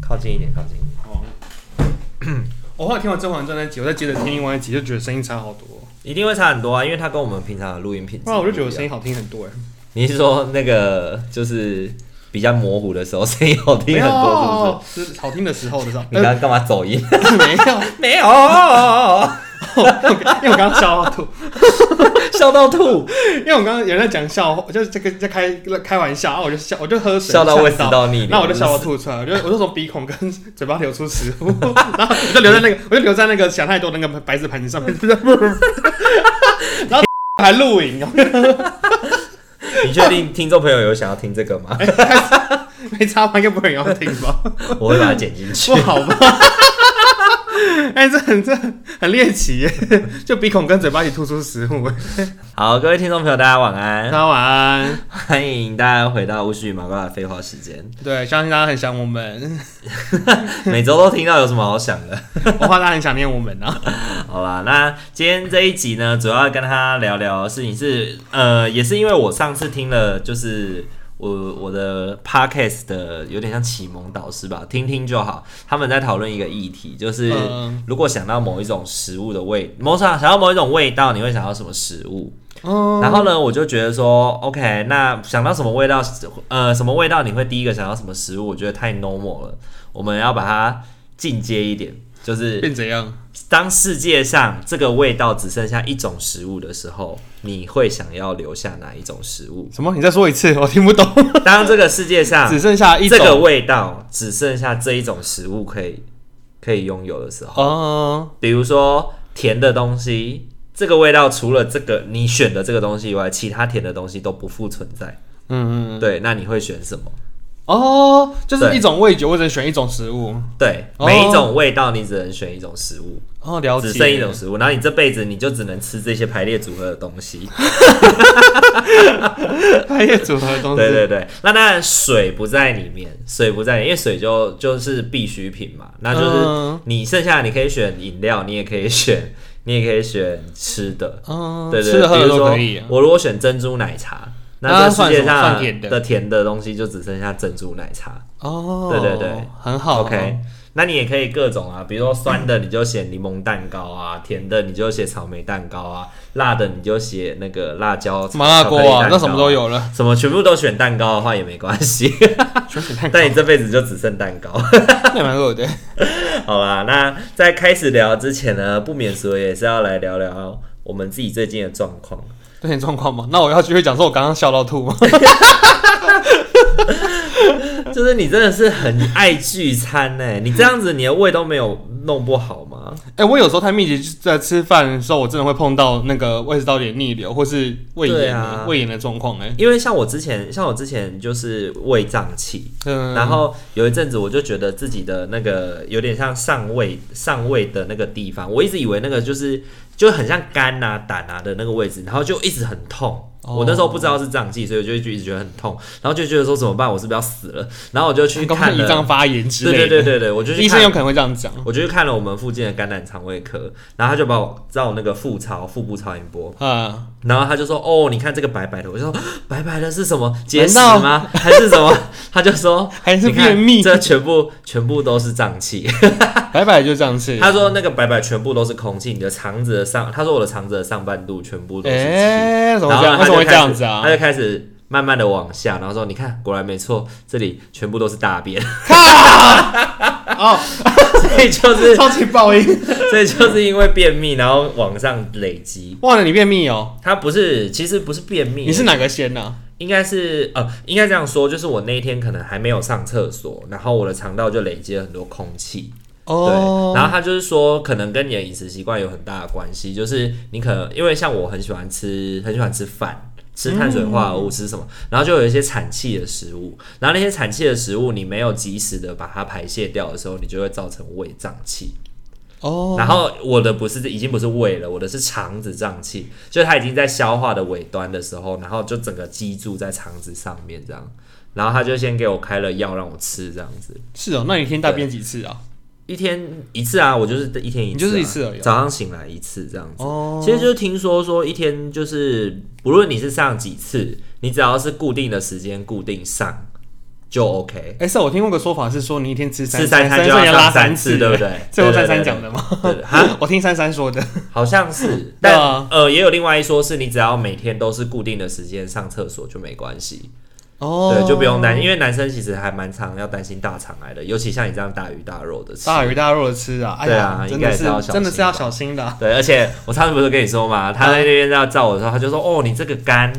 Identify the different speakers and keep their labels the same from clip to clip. Speaker 1: 靠近一点，靠近一点。
Speaker 2: 我后来听完《甄嬛传》那集，我再接着听另外一集，就觉得声音差好多。
Speaker 1: 一定会差很多啊，因为它跟我们平常的录音品质不一
Speaker 2: 后
Speaker 1: 样。
Speaker 2: 来我就觉得声音好听很多哎、
Speaker 1: 你是说那个就是比较模糊的时候声音好听很多，是不是？
Speaker 2: 啊是是好听的时候的时候，
Speaker 1: 你刚刚干嘛走音？
Speaker 2: 呃 没有，
Speaker 1: 没有，
Speaker 2: 因为我刚刚笑到吐，
Speaker 1: 笑到吐，
Speaker 2: 因为我刚刚有人在讲笑话，就是这个在开开玩笑，然后我就笑，我就喝水，
Speaker 1: 笑到胃食
Speaker 2: 呛
Speaker 1: 道逆流
Speaker 2: 那我就笑到吐出来，我就我就从鼻孔跟嘴巴流出 食物，然后我就留在那个，我就留在那个想太多那个白纸盘子上面， 然后 还录影哦，
Speaker 1: 你确定听众朋友有想要听这个吗？
Speaker 2: 哎没插麦应该不会有人要听吧？
Speaker 1: 我会把它剪进去
Speaker 2: 不。好吧？ 哎、这很这很很猎奇耶，就鼻孔跟嘴巴一起吐出食物。
Speaker 1: 好，各位听众朋友，大家晚安
Speaker 2: 大，家晚安。
Speaker 1: 欢迎大家回到巫师与麻瓜的废话时间。
Speaker 2: 对，相信大家很想我们，
Speaker 1: 每周都听到有什么好想的？
Speaker 2: 我怕大家很想念我们啊。
Speaker 1: 好啦，那今天这一集呢，主要跟他聊聊的事情是，呃，也是因为我上次听了，就是我我的 podcast 的有点像启蒙导师吧，听听就好。他们在讨论一个议题，就是
Speaker 2: 嗯
Speaker 1: 如果想到某一种食物的味，某想想到某一种味道，你会想到什么食物？
Speaker 2: 嗯，
Speaker 1: 然后呢，我就觉得说，OK，那想到什么味道，呃，什么味道你会第一个想到什么食物？我觉得太 normal 了，我们要把它进阶一点，就是
Speaker 2: 变怎样？
Speaker 1: 当世界上这个味道只剩下一种食物的时候，你会想要留下哪一种食
Speaker 2: ？
Speaker 1: 物
Speaker 2: 什么？你再说一次，我听不懂。
Speaker 1: 当这个世界上
Speaker 2: 只剩下一
Speaker 1: 啊这
Speaker 2: 种。
Speaker 1: 个味道只剩下这一种食物可以可以拥有的时候，
Speaker 2: 哦，
Speaker 1: 比如说甜的东西，这个味道除了这个你选的这个东西以外，其他甜的东西都不复存在。
Speaker 2: 嗯嗯，
Speaker 1: 对，那你会选什么？
Speaker 2: 哦，就是
Speaker 1: 对
Speaker 2: 一种味觉，我只能选一种食物。
Speaker 1: 对，
Speaker 2: 哦
Speaker 1: 每一种味道你只能选一种食物，
Speaker 2: 哦，了解。
Speaker 1: 只剩一 种，食物，然后你这辈子你就只能吃这些排列组合的东西。
Speaker 2: 排列组合的东西。
Speaker 1: 对对对，那当然水不在里面，水不在里面，因为水就就是必需品嘛。那就是
Speaker 2: 嗯
Speaker 1: 你剩下的你可以选饮料，你也可以选， 你也可以选吃的。
Speaker 2: 嗯，
Speaker 1: 对对
Speaker 2: 吃的喝
Speaker 1: 对，比
Speaker 2: 的
Speaker 1: 如
Speaker 2: 都
Speaker 1: 说
Speaker 2: 可以啊。
Speaker 1: 我如果选珍珠奶茶，那
Speaker 2: 那
Speaker 1: 这世
Speaker 2: 算
Speaker 1: 界
Speaker 2: 什么
Speaker 1: 上
Speaker 2: 算甜的
Speaker 1: 的甜的东西就只剩下珍珠奶茶。
Speaker 2: 哦，
Speaker 1: 对对对，
Speaker 2: 很好。
Speaker 1: OK，那你也可以各种啊，比如说酸的你就写柠檬蛋糕
Speaker 2: 嗯
Speaker 1: 啊，甜的你就写草莓蛋糕啊，辣的你就写那个辣椒
Speaker 2: 麻辣锅啊，那什么都
Speaker 1: 有。
Speaker 2: 有了。
Speaker 1: 什么全部都选蛋糕的话也没关系，
Speaker 2: 选选蛋糕，
Speaker 1: 但你这辈子就只剩蛋糕。
Speaker 2: 那蛮恶的。
Speaker 1: 好啦，那在开始聊之前呢，不免俗也是要来聊聊我们自己最近的状况。
Speaker 2: 对你状况吗？那我要继续讲说，我刚刚笑到吐 吗？
Speaker 1: 就是你真的是很爱聚餐呢、你这样子你的胃都没有弄不好吗？
Speaker 2: 哎、我有时候太密集在吃饭的时候，我真的会碰到那个胃食道炎逆流或是胃
Speaker 1: 对
Speaker 2: 炎、
Speaker 1: 啊
Speaker 2: 胃炎的状况、哎，
Speaker 1: 因为像我之前，像我之前就是胃胀气，
Speaker 2: 嗯，
Speaker 1: 然后有一阵子我就觉得自己的那个有点像上胃上胃的那个地方，我一直以为那个就是就很像肝啊胆啊的那个位置，然后就一直很痛。
Speaker 2: 哦
Speaker 1: 我那时候不知道是胀气，所以我就一直觉得很痛，然后就觉得说怎么办，我是不是要死了？然后我就去
Speaker 2: 搞不好
Speaker 1: 看
Speaker 2: 胰脏
Speaker 1: 了，
Speaker 2: 发炎之
Speaker 1: 对
Speaker 2: 类的，
Speaker 1: 对对对对，我就去
Speaker 2: 医生
Speaker 1: 看
Speaker 2: 有可能会这样讲。
Speaker 1: 我就去看了我们附近的肝胆肠胃科，然后他就把我照那个腹超腹部超音波，
Speaker 2: 啊，
Speaker 1: 然后他就说：“哦，你看这个白白的。”我就说：“ 白白的是什么？结石
Speaker 2: 难道
Speaker 1: 吗？还是什么？” 他就说：“
Speaker 2: 还是
Speaker 1: 你看
Speaker 2: 便秘
Speaker 1: 这全部全部都是胀 气。”
Speaker 2: 白白就这样吃。
Speaker 1: 他说：“那个白白全部都是空气，你的肠子的上，他说我的肠子的上半度全部都是气。
Speaker 2: 哎、怎么
Speaker 1: 然
Speaker 2: 这
Speaker 1: 后
Speaker 2: 样？为
Speaker 1: 他就
Speaker 2: 什么
Speaker 1: 开
Speaker 2: 会这
Speaker 1: 始
Speaker 2: 样子啊
Speaker 1: 他？就开始慢慢的往下，然后说：‘你看，果然没错，这里全部都是大便。’
Speaker 2: 哦，
Speaker 1: 所以就是，
Speaker 2: 超级爆音！
Speaker 1: 所以就是因为便秘，然后往上累积。
Speaker 2: 忘了你便秘哦，
Speaker 1: 它不是，其实不是便秘，
Speaker 2: 你是哪个啊先呢、
Speaker 1: 应该是呃，应该这样说，就是我那一天可能还没有上厕所，然后我的肠道就累积了很多空气。对，
Speaker 2: 哦，
Speaker 1: 然后他就是说，可能跟你的饮食习惯有很大的关系，就是你可能因为像我很喜欢吃，很喜欢吃饭，吃碳水化合物，吃什么，然后就有一些产气的食物，然后那些产气的食物你没有及时的把它排泄掉的时候，你就会造成胃胀气。
Speaker 2: 哦，
Speaker 1: 然后我的不是已经不是胃了，我的是肠子胀气，就是它已经在消化的尾端的时候，然后就整个积住在肠子上面这样，然后他就先给我开了药让我吃这样子，
Speaker 2: 是哦，那你一天大便几次啊？
Speaker 1: 一天一次啊，我就是一天一次、啊，
Speaker 2: 你就是一次而已啊
Speaker 1: 早上醒来一次这样子。
Speaker 2: 哦
Speaker 1: 其实就是听说说一天就是不论你是上几次，你只要是固定的时间固定上就 OK。
Speaker 2: 哎，是我听过个说法是说，你一天吃
Speaker 1: 吃
Speaker 2: 三
Speaker 1: 三餐就
Speaker 2: 要
Speaker 1: 要
Speaker 2: 拉
Speaker 1: 上三
Speaker 2: 次，
Speaker 1: 次，对不 对？
Speaker 2: 这
Speaker 1: 对
Speaker 2: 我三三讲，的吗？
Speaker 1: 对对对对哈，
Speaker 2: 我听三三说的。
Speaker 1: 好像是，
Speaker 2: 对
Speaker 1: 但
Speaker 2: 啊
Speaker 1: 呃，也有另外一说是你只要每天都是固定的时间上厕所就没关系，
Speaker 2: 哦
Speaker 1: 对，就不用担，因为男生其实还蛮常要担心大肠癌的，尤其像你这样大鱼大肉的吃。
Speaker 2: 大鱼大肉的吃啊，哎
Speaker 1: 对
Speaker 2: 呀
Speaker 1: 啊，
Speaker 2: 真
Speaker 1: 应该
Speaker 2: 的
Speaker 1: 也是要小心
Speaker 2: 真的是要小心的啊。
Speaker 1: 对，而且我上次不是跟你说
Speaker 2: 啊
Speaker 1: 嘛，他在那边要照我的时候，他就说：“哦，你这个肝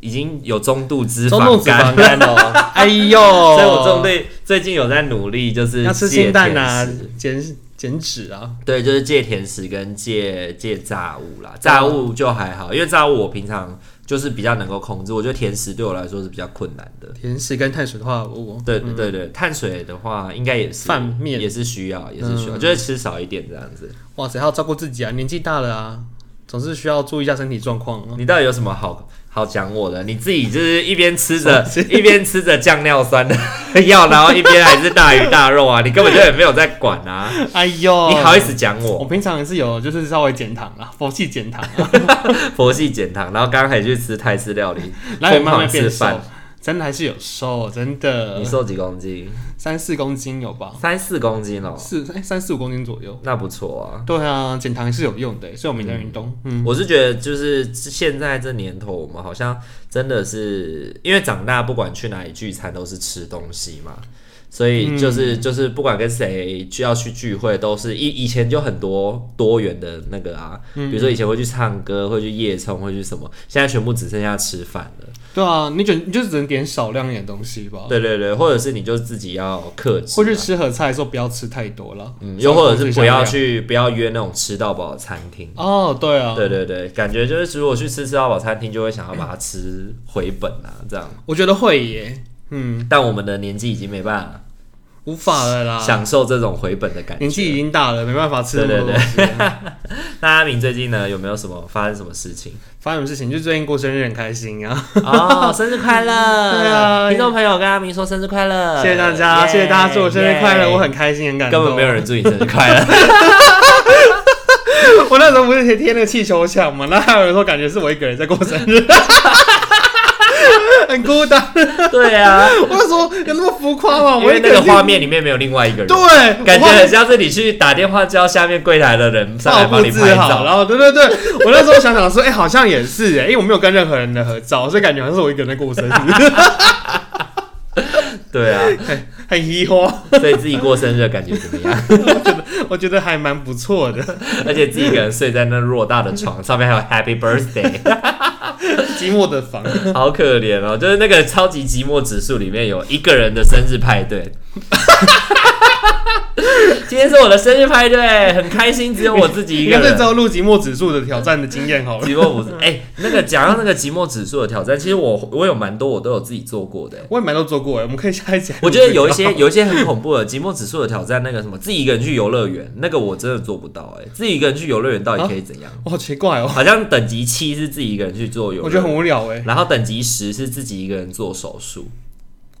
Speaker 1: 已经有中度脂
Speaker 2: 中度脂肪
Speaker 1: 肝。
Speaker 2: 肝哦，哎呦，
Speaker 1: 所以，我这种对最近有在努力，就是
Speaker 2: 要吃
Speaker 1: 戒
Speaker 2: 清淡
Speaker 1: 甜
Speaker 2: 啊
Speaker 1: 食，
Speaker 2: 减减脂啊。
Speaker 1: 对，就是戒甜食跟戒戒炸物
Speaker 2: 哦
Speaker 1: 啦。炸物就还好，因为炸物我平常就是比较能够控制，我觉得甜食对我来说是比较困难的。
Speaker 2: 甜食跟碳水化合物，
Speaker 1: 对对对对，碳水的话应该也是
Speaker 2: 嗯饭面
Speaker 1: 也是需要，也是需要，
Speaker 2: 嗯
Speaker 1: 就是吃少一点这样子。
Speaker 2: 哇塞，还要照顾自己啊，年纪大了啊，总是需要注意一下身体状况 啊。
Speaker 1: 你到底有什么好好讲我的？你自己就是一边吃
Speaker 2: 哦
Speaker 1: 着 一边吃着降尿酸的药，然后一边还是大鱼大肉啊，你根本就也没有在管啊！
Speaker 2: 哎呦，
Speaker 1: 你好意？思讲
Speaker 2: 我
Speaker 1: 我
Speaker 2: 平常也是有，就是稍微减糖啊，佛系减糖 啊，
Speaker 1: 佛系减糖，然后刚刚还去吃泰式料理，
Speaker 2: 然后也
Speaker 1: 疯
Speaker 2: 慢
Speaker 1: 狂
Speaker 2: 慢
Speaker 1: 吃
Speaker 2: 变瘦
Speaker 1: 饭。，
Speaker 2: 真的还是有瘦，真的
Speaker 1: 你，瘦几公斤？
Speaker 2: 三四公斤有吧？
Speaker 1: 三四公斤哦，
Speaker 2: 四哎三四五公斤左右。
Speaker 1: 那不错啊。
Speaker 2: 对啊，减糖是有用的，所以我每天运动。嗯，
Speaker 1: 我是觉得，就是现在这年头，我们好像真的是因为长大，不管去哪里聚餐都是吃东西嘛，所
Speaker 2: 嗯
Speaker 1: 以就是、就是不管跟谁就要去聚会，都是以以前就很多多元的那个啊，
Speaker 2: 嗯
Speaker 1: 比如说以前会去唱歌，会去夜冲，会去什么，现在全部只剩下吃饭了。
Speaker 2: 对啊，你就你就只能点少量一点东西吧。
Speaker 1: 对对对，或者是你就自己要克制
Speaker 2: 哦或
Speaker 1: 啊、
Speaker 2: 去吃合菜的时候不要吃太多了，
Speaker 1: 嗯，又或者是不要
Speaker 2: 少控制一下
Speaker 1: 去
Speaker 2: 量。
Speaker 1: 不要约那种吃到饱的餐厅。
Speaker 2: 哦，对啊，
Speaker 1: 对对对，感觉就是如果去吃吃到饱餐厅，就会想要把它吃回本啊，这样。
Speaker 2: 我觉得会耶，嗯，
Speaker 1: 但我们的年纪已经没办
Speaker 2: 无法
Speaker 1: 法
Speaker 2: 了啦，
Speaker 1: 享受这种回本的感
Speaker 2: 啊年纪已
Speaker 1: 觉。
Speaker 2: 经大了，没办法吃那么多
Speaker 1: 对
Speaker 2: 东西啊 了。
Speaker 1: 那阿明最近呢，有没有什么发生什么事 情
Speaker 2: 发生什么事情？就最近过生日很开心啊！
Speaker 1: 哦，生日快乐！
Speaker 2: 对啊
Speaker 1: 听众朋友跟阿明说生日快乐，
Speaker 2: 谢谢大家，
Speaker 1: 呃耶
Speaker 2: 谢谢大家祝我生日快乐，
Speaker 1: 耶
Speaker 2: 我很开心，很感动。
Speaker 1: 根本没有，人祝你生日快 乐，
Speaker 2: 我那时候不是贴那个气球墙嘛，那还有人说感觉是我一个人在过生 日，很孤单。
Speaker 1: 对啊，
Speaker 2: 我那时候有那么浮夸吗？
Speaker 1: 因
Speaker 2: 我
Speaker 1: 为
Speaker 2: 一
Speaker 1: 那
Speaker 2: 人
Speaker 1: 个
Speaker 2: 进
Speaker 1: 画，面里面没有另外一个人，
Speaker 2: 对，
Speaker 1: 感觉
Speaker 2: 我画面
Speaker 1: 很像是你去打电话叫下面柜台的人上来
Speaker 2: 照
Speaker 1: 帮
Speaker 2: 顾
Speaker 1: 你
Speaker 2: 自
Speaker 1: 拍
Speaker 2: 好，
Speaker 1: 照，
Speaker 2: 然后对对对，我那时候想想说，哎、好像也是哎、因为我没有跟任何人的合照，所以感觉好像是我一个人 在过生日，
Speaker 1: 对啊，
Speaker 2: 很疑惑，
Speaker 1: 所以自己过生日的感觉怎么 样？
Speaker 2: 我觉得还蛮不错的，
Speaker 1: 而且自己一个人睡在那偌大的床上面，还有 Happy Birthday，
Speaker 2: 寂寞的房，
Speaker 1: 好可怜哦！就是那个超级寂寞指数里面有一个人的生日派对。 今天是我的生日派对，很开心，只有我自 己一
Speaker 2: 应
Speaker 1: 个
Speaker 2: 该是
Speaker 1: 人
Speaker 2: 知。道录寂寞指数的挑战的经验好了。
Speaker 1: 寂寞不是哎、那个讲到那个寂寞指数的挑战，其实我我有蛮多我都有自己做过的、
Speaker 2: 我也蛮多做过哎、我们可以下一集来录
Speaker 1: 我
Speaker 2: 这
Speaker 1: 觉
Speaker 2: 个。
Speaker 1: 得有一 些有一些很恐怖的寂寞指数的挑战，那个什么自己一个人去游乐园，那个我真的做不到哎、自己一个人去游乐园到底可以怎样？
Speaker 2: 我好奇怪哦、
Speaker 1: 好像等级七是自己一个人去做游乐园，
Speaker 2: 我觉得很无聊哎、
Speaker 1: 然后等级十是自己一个人做手术，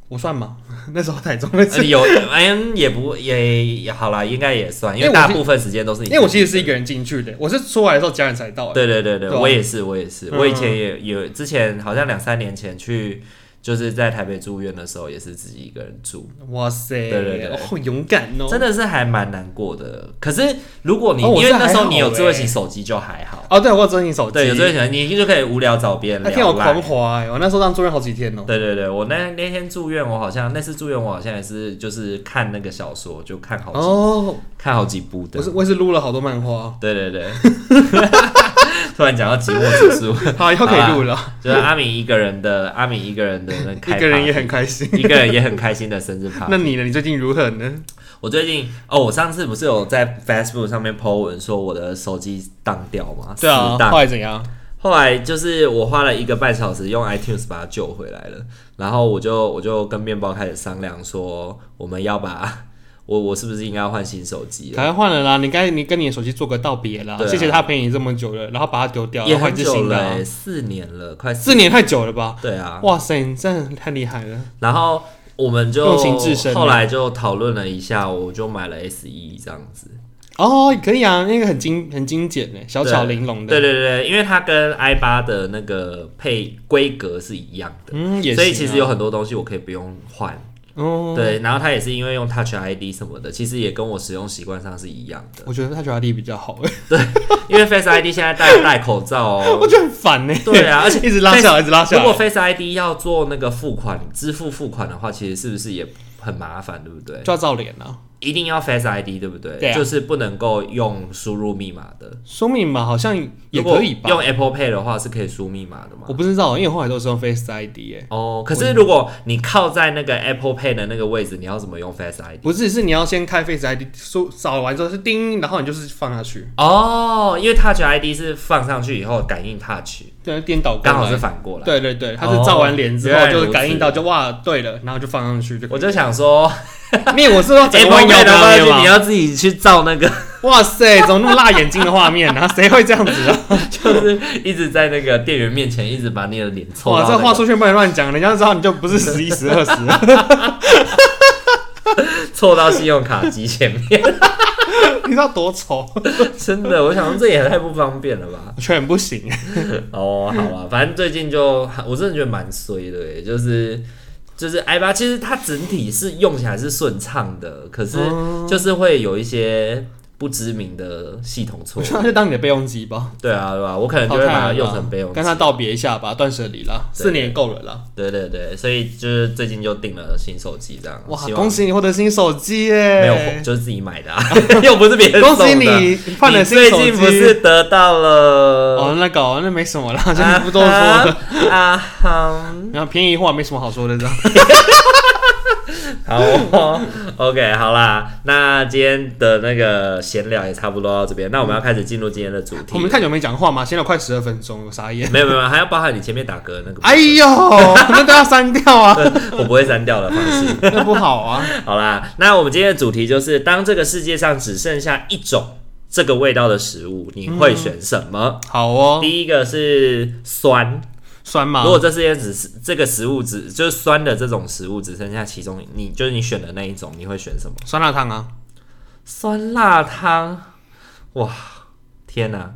Speaker 2: 我算吗？ 那时候台中 那
Speaker 1: 呃、
Speaker 2: 次，
Speaker 1: 有哎也不也也好啦，应该也算，因为
Speaker 2: 因为
Speaker 1: 大
Speaker 2: 我其
Speaker 1: 部分时间都是你。
Speaker 2: 因为我其实是一个人进去的、我是出来的时候家人才到、欸。
Speaker 1: 对对对对，
Speaker 2: 对啊
Speaker 1: 我也是我也是，
Speaker 2: 嗯
Speaker 1: 我以前也有之前好像两三年前去就是在台北住院的时候，也是自己一个人住，
Speaker 2: 哇塞，
Speaker 1: 对对对
Speaker 2: 哦，好勇敢哦、
Speaker 1: 真的是还蛮难过的。可是如果你、
Speaker 2: 哦我
Speaker 1: 因
Speaker 2: 是
Speaker 1: 为那时候
Speaker 2: 还好
Speaker 1: 你有
Speaker 2: 欸
Speaker 1: 智慧型手机就还好，
Speaker 2: 哦，对我有真心手机，
Speaker 1: 对，有智慧型手机你就可以无聊找别人
Speaker 2: 那
Speaker 1: 聊。
Speaker 2: 天我狂滑、欸，我那时候当住院好几天哦、
Speaker 1: 对对对，我那那天住院，我好像那次住院，我好像也是就是看那个小说，就看好几、
Speaker 2: 哦，
Speaker 1: 看好几部的
Speaker 2: 我。是我也是撸了好多漫 画，
Speaker 1: 对对对，突然讲到寂寞指数，
Speaker 2: 好，以后可以录了，
Speaker 1: 就是阿敏一个人的阿敏一个人的那开
Speaker 2: 一个人也
Speaker 1: party
Speaker 2: 很开心。
Speaker 1: 一个人也很开心的生日
Speaker 2: 那
Speaker 1: party。
Speaker 2: 你呢？你最近如何呢？
Speaker 1: 我最近哦，我上次不是有在 Facebook 上面 po 文说我的手机当掉吗？
Speaker 2: 对啊，
Speaker 1: 死
Speaker 2: 后
Speaker 1: 当
Speaker 2: 来怎样？
Speaker 1: 后来就是我花了一个半小时用 iTunes 把它救回来了，然后我就我就跟面包开始商量说，我们要把我我是不是应该要换新手机
Speaker 2: 赶
Speaker 1: 了？
Speaker 2: 快换了啦！你该你跟你的手机做个道别啦，
Speaker 1: 对啊
Speaker 2: 谢谢他陪你这么久了，然后把它丢掉，
Speaker 1: 也
Speaker 2: 然后
Speaker 1: 很
Speaker 2: 换一只
Speaker 1: 久
Speaker 2: 新的
Speaker 1: 了、
Speaker 2: 啊、
Speaker 1: 欸，四年了，快
Speaker 2: 四。年太久了吧？
Speaker 1: 对啊，
Speaker 2: 哇塞，你真的太厉害了！
Speaker 1: 然后我们就
Speaker 2: 用情至深
Speaker 1: 后来就讨论了一下，我就买了 S e 这样子。
Speaker 2: 哦，可以啊，那个很精很精简呢，小巧玲珑的。
Speaker 1: 对对对，因为它跟 i 八的那个配规格是一样的，
Speaker 2: 嗯，也是、
Speaker 1: 所以其实有，很多东西我可以不用换。
Speaker 2: 哦，
Speaker 1: 对，然后它也是因为用 Touch ID 什么的，其实也跟我使用习惯上是一样的。
Speaker 2: 我觉得他觉得 ID 比较好，
Speaker 1: 因为 Face ID 现在戴 戴口罩
Speaker 2: 我
Speaker 1: 哦。
Speaker 2: 觉得很烦呢。
Speaker 1: 对啊而且
Speaker 2: 一直拉下来，一直拉下
Speaker 1: 如
Speaker 2: 来。
Speaker 1: 果 Face ID 要做那个付款、支付付款的话，其实是不是也很麻烦，对不对？
Speaker 2: 就要照脸啊，
Speaker 1: 一定要 Face ID，对不对？
Speaker 2: 对啊
Speaker 1: 就是不能够用输入密码的。
Speaker 2: 说明嘛，好像也可以吧
Speaker 1: 如果用。Apple Pay 的话是可以输密码的吗
Speaker 2: 我？不知道，因为我后来都是用 Face ID 耶。
Speaker 1: 哦，可是如果你靠在那个 Apple Pay 的那个位置，你要怎么用 Face ID？
Speaker 2: 不是，是你要先开 Face ID，说扫完之后是叮，然后你就是放下去，
Speaker 1: 哦，因为 Touch ID 是放上去以后感应 Touch，
Speaker 2: 对，颠倒过来
Speaker 1: 刚好是反过来。
Speaker 2: 对对对，他是照完脸之
Speaker 1: 哦原
Speaker 2: 后
Speaker 1: 来
Speaker 2: 就是
Speaker 1: 如
Speaker 2: 感应
Speaker 1: 此
Speaker 2: 到就哇，对了，然后就放上去就可以。
Speaker 1: 我 就想说
Speaker 2: 面我是要啊整个
Speaker 1: ，Apple
Speaker 2: 弯
Speaker 1: Pay
Speaker 2: 腰
Speaker 1: 的
Speaker 2: 吧
Speaker 1: 话
Speaker 2: 面
Speaker 1: 是你
Speaker 2: 吗？
Speaker 1: 要自己去照那个，
Speaker 2: 哇塞，怎么那么辣眼睛的画面啊？谁会这样子 啊？
Speaker 1: 就是一直在那个店员面前一直把你的脸凑到
Speaker 2: 哇，
Speaker 1: 那
Speaker 2: 这
Speaker 1: 个。
Speaker 2: 话出去不能乱讲，人家知道你就不是十一十二 十，
Speaker 1: 凑到信用卡机前面，
Speaker 2: 你知道多丑？
Speaker 1: 真的，我想说这也太不方便了吧。
Speaker 2: 我觉得很不 行。
Speaker 1: 哦，好 了，反正最近就我真的觉得蛮衰的耶，就是就是 i 八，其实它整体是用起来是顺畅的，可是
Speaker 2: 哦
Speaker 1: 就是会有一些不知名的系统错误
Speaker 2: 我觉。得他就当你的备用机吧，
Speaker 1: 对啊，对吧？我可能就
Speaker 2: 好
Speaker 1: 会
Speaker 2: 看
Speaker 1: 把它
Speaker 2: 了
Speaker 1: 用
Speaker 2: 啦
Speaker 1: 成备用机
Speaker 2: 跟。他道别一下吧，断舍离啦，
Speaker 1: 对
Speaker 2: 四年够了啦。
Speaker 1: 对对对，所以就是最近就订了新手机这样。
Speaker 2: 哇，
Speaker 1: 希望
Speaker 2: 恭喜你获得新手机
Speaker 1: 没有，
Speaker 2: 耶！
Speaker 1: 就是自己买的、啊， 又不是别人
Speaker 2: 恭
Speaker 1: 送的。
Speaker 2: 喜你换了新
Speaker 1: 最
Speaker 2: 手机。
Speaker 1: 近不是得到了？
Speaker 2: 哦，那搞那没什么啦，就
Speaker 1: 啊
Speaker 2: 是不多说了。
Speaker 1: 哈 啊哈。
Speaker 2: 然后便宜货没什么好说 的，这样。
Speaker 1: 好、哦、，OK，好啦，那今天的那个闲聊也差不多到这边，那我们要开始进入今天的主题了。
Speaker 2: 我们太久没讲话嘛，现在快十二分钟，我 傻眼。
Speaker 1: 没有没有，还要包含你前面打嗝的那个。
Speaker 2: 哎，呦，那都要删掉啊，
Speaker 1: 我不会删掉的方式。
Speaker 2: 那不好啊。
Speaker 1: 好啦，那我们今天的主题就是，当这个世界上只剩下一种这个味道的食物，你会选什么？
Speaker 2: 好哦，
Speaker 1: 第一个是酸，
Speaker 2: 酸嘛
Speaker 1: 如，果这世界只是这个食物只就是酸的这种食物只剩下其中，你就是你选的那一种，你会选什么？
Speaker 2: 酸辣汤啊，
Speaker 1: 酸辣汤，哇，天哪、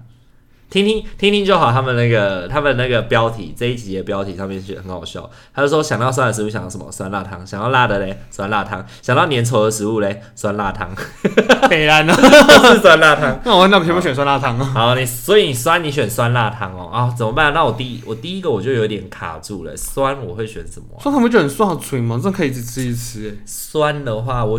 Speaker 1: 听听听听就好，他们那个他们那个标题这一集的标题上面是很好笑，他就说想到酸的食物想到什么酸辣汤，想到辣的嘞酸辣汤，想到粘稠的食物嘞酸辣汤，
Speaker 2: 北兰啊。
Speaker 1: 都 是酸辣汤。
Speaker 2: 那我那我全部选酸辣汤啊。
Speaker 1: 好，你所以你酸你选酸辣汤哦啊怎么办？那我第一我第一个我就有点卡住了，酸我会选什么啊？
Speaker 2: 酸汤不就很酸好嘴吗？这可以一直吃一直吃哎。
Speaker 1: 酸的话我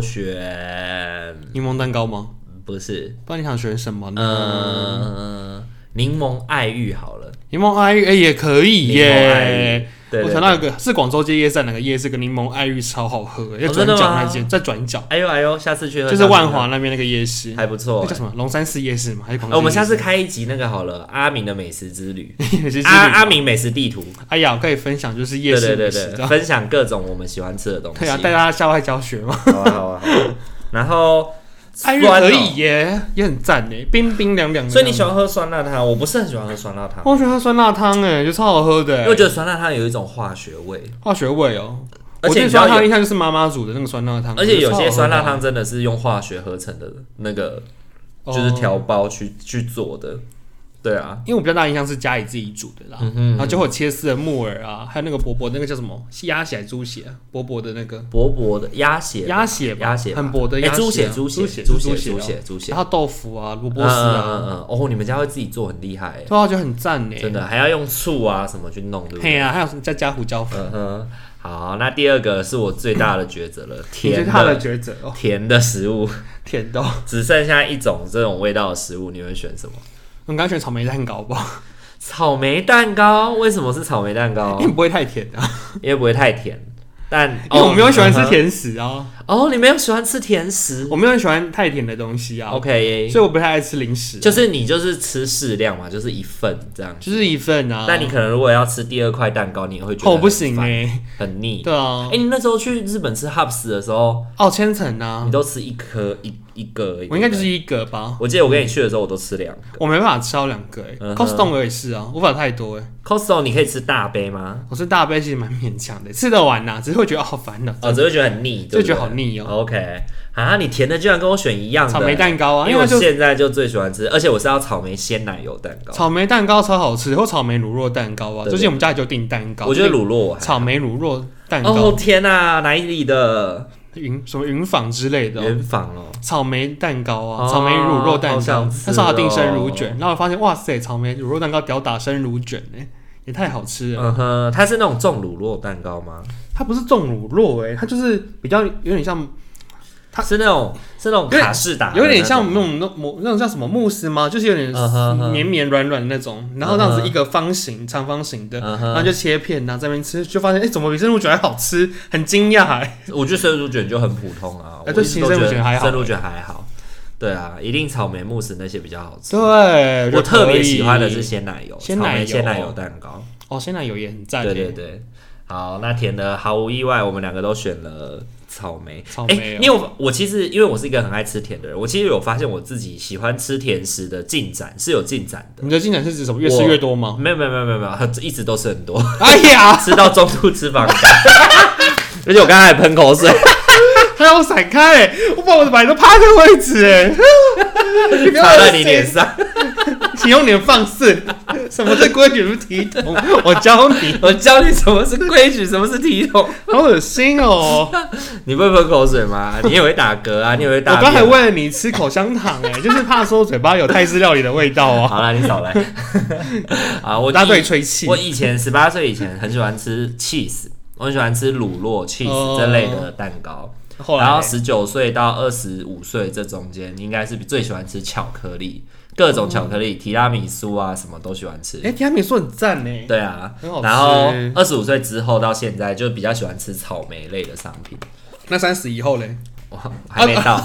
Speaker 1: 选
Speaker 2: 柠檬蛋糕吗？
Speaker 1: 不是
Speaker 2: 不然你想选什么呢？
Speaker 1: 呃柠檬爱玉好了。
Speaker 2: 柠檬爱玉哎也可以
Speaker 1: 柠檬爱玉
Speaker 2: 耶。
Speaker 1: 对对
Speaker 2: 我想到有个是广州街夜市那个夜市，个柠檬爱玉超好喝，要
Speaker 1: 哦真
Speaker 2: 转
Speaker 1: 的
Speaker 2: 角
Speaker 1: 吗
Speaker 2: 那间，在转角
Speaker 1: 哎呦哎呦，下次去喝
Speaker 2: 就是万华那边那个夜市，
Speaker 1: 还不错
Speaker 2: 那叫、什么龙山寺夜市嘛，还是广
Speaker 1: 哎
Speaker 2: 州、
Speaker 1: 我们下次开一集那个好了，阿明的美食之旅，
Speaker 2: 也是
Speaker 1: 阿阿明美食地图，
Speaker 2: 哎呀，我可以分享就是哦夜
Speaker 1: 对
Speaker 2: 市
Speaker 1: 对对
Speaker 2: 美食
Speaker 1: 对，
Speaker 2: 的，
Speaker 1: 分享各种我们喜欢吃的东西。
Speaker 2: 对啊，啊带大家校外教学 嘛，哎
Speaker 1: 好啊好啊好 啊。然后
Speaker 2: 爱玉
Speaker 1: 酸哦
Speaker 2: 可以耶，哎也很赞呢，冰冰凉凉的。
Speaker 1: 所以你喜？欢喝酸辣汤？我不是很喜欢喝酸辣汤，
Speaker 2: 我喜欢酸辣汤哎，就超好喝的
Speaker 1: 因
Speaker 2: 耶，
Speaker 1: 为我觉得酸辣汤有一种化学味，
Speaker 2: 化学味哦。
Speaker 1: 而
Speaker 2: 我
Speaker 1: 且
Speaker 2: 对
Speaker 1: 你知道
Speaker 2: 酸辣汤
Speaker 1: 有
Speaker 2: 印象就是妈妈煮的那个酸辣汤，
Speaker 1: 而且有
Speaker 2: 我觉
Speaker 1: 些
Speaker 2: 得超好喝
Speaker 1: 酸
Speaker 2: 的
Speaker 1: 辣汤真的是用化学合成的那个，就是，调
Speaker 2: 哦
Speaker 1: 包去去做的。对啊，
Speaker 2: 因为我比较大印象是家里自己煮的啦，
Speaker 1: 嗯哼
Speaker 2: 然后就会有切丝的木耳啊，还有那个薄薄那个叫什么鸭血还是猪血啊，薄薄的那个
Speaker 1: 薄薄的鸭血，
Speaker 2: 鸭血吧，
Speaker 1: 鸭血吧
Speaker 2: 很薄的
Speaker 1: 哎
Speaker 2: 鸭
Speaker 1: 猪血
Speaker 2: 啊
Speaker 1: 猪血
Speaker 2: 猪
Speaker 1: 猪血
Speaker 2: 血
Speaker 1: 猪
Speaker 2: 哦
Speaker 1: 血猪血
Speaker 2: 然后豆腐啊，萝卜
Speaker 1: 嗯
Speaker 2: 丝
Speaker 1: 嗯
Speaker 2: 啊，
Speaker 1: 嗯嗯，哦，你们家会自己做，很厉害耶。
Speaker 2: 对啊，就很赞呢，
Speaker 1: 真的还要用醋啊什么去弄，对不
Speaker 2: 嘿
Speaker 1: 对？
Speaker 2: 啊，还有什么再加胡椒粉，
Speaker 1: 嗯哼，好，那第二个是我最大的抉择了，甜
Speaker 2: 他的
Speaker 1: 的
Speaker 2: 抉择哦，
Speaker 1: 甜的食物，
Speaker 2: 甜的哦。
Speaker 1: 只剩下一种这种味道的食物，你会选什么？
Speaker 2: 我刚选草莓蛋糕吧，
Speaker 1: 草莓蛋糕？为什么是草莓蛋糕
Speaker 2: 因为？不会太甜啊，
Speaker 1: 因为不会太甜，但
Speaker 2: 因为我没有喜欢吃
Speaker 1: 嗯
Speaker 2: 甜食啊。
Speaker 1: 哼哦，你没有喜欢吃甜食
Speaker 2: 我没有很喜欢太甜的东西啊
Speaker 1: ？OK，
Speaker 2: 所以我不太爱吃零食啊，
Speaker 1: 就是你就是吃适量嘛，就是一份这样。
Speaker 2: 就是一份啊。
Speaker 1: 但你可能如果要吃第二块蛋糕，你也会觉得
Speaker 2: 哦
Speaker 1: 很
Speaker 2: 不行
Speaker 1: 烦
Speaker 2: 哎，
Speaker 1: 很腻。
Speaker 2: 对啊
Speaker 1: 哎、，你那时候去日本吃 Hubs 的时候，
Speaker 2: 哦千层啊
Speaker 1: 你，都吃一颗一一个而已
Speaker 2: 我应该就。
Speaker 1: 对
Speaker 2: 是
Speaker 1: 不对
Speaker 2: 一个吧，
Speaker 1: 我记得我跟你去的时候，我都吃两个。
Speaker 2: 我没办法吃到两个哎
Speaker 1: 嗯哼
Speaker 2: ，Costco 我也是啊，无法太多哎，
Speaker 1: Costco 你可以吃大杯吗？
Speaker 2: 我吃大杯其实蛮勉强的，吃得完呐，只是会觉得好烦啊呐，
Speaker 1: 哦，只会觉得很腻，
Speaker 2: 就
Speaker 1: 对不对
Speaker 2: 觉得好腻哦。
Speaker 1: OK，啊，你甜的居然跟我选一样的
Speaker 2: 草莓蛋糕啊，
Speaker 1: 因
Speaker 2: 因
Speaker 1: 为
Speaker 2: 为
Speaker 1: 我
Speaker 2: 它就
Speaker 1: 现在就最喜欢吃，而且我是要草莓鲜奶油蛋糕。
Speaker 2: 草莓蛋糕超好吃，或草莓乳酪蛋糕啊，
Speaker 1: 对
Speaker 2: 最近我们家里就订蛋糕，
Speaker 1: 我觉得乳酪我还
Speaker 2: 草莓乳酪蛋
Speaker 1: 哦
Speaker 2: 糕，
Speaker 1: 天哪、哪里的
Speaker 2: 云什么云坊之类的哦。
Speaker 1: 原坊哦？
Speaker 2: 草莓蛋糕啊，
Speaker 1: 哦
Speaker 2: 草莓乳酪蛋
Speaker 1: 好
Speaker 2: 糕
Speaker 1: 想吃，
Speaker 2: 那时候还有订生乳
Speaker 1: 哦
Speaker 2: 卷，然后我发现哇塞，草莓乳酪蛋糕屌打生乳卷呢、也太好吃了。
Speaker 1: 嗯哼，它是那种重乳酪蛋糕吗？
Speaker 2: 它不是重乳酪哎、它就是比较有点像，它
Speaker 1: 是那种是那种
Speaker 2: 有点
Speaker 1: 卡士达的那种，
Speaker 2: 有点像那种那种那种叫什么慕斯吗？就是有点
Speaker 1: 嗯哼哼
Speaker 2: 绵绵软软的那种，然后这样子一个方形、长方形的，
Speaker 1: 嗯
Speaker 2: 然后
Speaker 1: 哼，
Speaker 2: 就切片，然后在那边吃，就发现哎、怎么比生乳卷还好吃？很惊讶 哎。
Speaker 1: 我觉得生乳卷就很普通啊，我
Speaker 2: 哎
Speaker 1: 一
Speaker 2: 对
Speaker 1: 直都
Speaker 2: 其实
Speaker 1: 觉得
Speaker 2: 生乳卷还好
Speaker 1: 生乳卷还好。对啊，一定草莓慕斯那些比较好吃。
Speaker 2: 对，
Speaker 1: 我
Speaker 2: 就
Speaker 1: 特别
Speaker 2: 可以
Speaker 1: 喜欢的是鲜奶油，
Speaker 2: 鲜
Speaker 1: 草莓
Speaker 2: 奶油
Speaker 1: 鲜奶油蛋糕。
Speaker 2: 哦，鲜奶油也很赞
Speaker 1: 对
Speaker 2: 欸，
Speaker 1: 对对，好，那甜的毫无意外，我们两个都选了草莓。
Speaker 2: 草
Speaker 1: 哎、
Speaker 2: 莓哦
Speaker 1: 你有我其实因为我是一个很爱吃甜的人，我其实有发现我自己喜欢吃甜食的进展是有进展的。
Speaker 2: 你的进展是指什么？越
Speaker 1: 我
Speaker 2: 吃越多吗？
Speaker 1: 没有没有没有没有没有，它一直都是很多，
Speaker 2: 哎呀，
Speaker 1: 吃到中途脂肪肝，而且我刚才还喷口水，
Speaker 2: 他要我闪开、欸，我把我的白都趴在位置、 欸，哎，你不要
Speaker 1: 擦在
Speaker 2: 恶
Speaker 1: 你
Speaker 2: 心
Speaker 1: 脸，上，
Speaker 2: 请用脸放肆，什么是规矩如体统，我教你，
Speaker 1: 我教你什么是规矩，什么是体统。
Speaker 2: 好恶心哦、
Speaker 1: 你不会喷口水吗？你也会打嗝啊，你也会打
Speaker 2: 我
Speaker 1: 便啊。
Speaker 2: 刚才为了你吃口香糖、欸，哎， 就是怕说嘴巴有泰式料理的味道啊，
Speaker 1: 好啦，你少来啊！我
Speaker 2: 大家对
Speaker 1: 以
Speaker 2: 你吹气
Speaker 1: 我，以前十八岁以前很喜欢吃 cheese，我很喜欢吃乳酪 cheese
Speaker 2: 哦
Speaker 1: 这类的蛋糕。
Speaker 2: 后来
Speaker 1: 然后
Speaker 2: 欸、
Speaker 1: 十九岁到二十五岁这中间，应该是最喜欢吃巧克力，各种巧克力，提拉米苏啊，什么都喜欢吃
Speaker 2: 哎、。提拉米苏很赞呢、欸，
Speaker 1: 对啊
Speaker 2: 很好，吃
Speaker 1: 然后二十五岁之后到现在就比较喜欢吃草莓类的商品。
Speaker 2: 那三十以后嘞，
Speaker 1: 哇， 还没 到，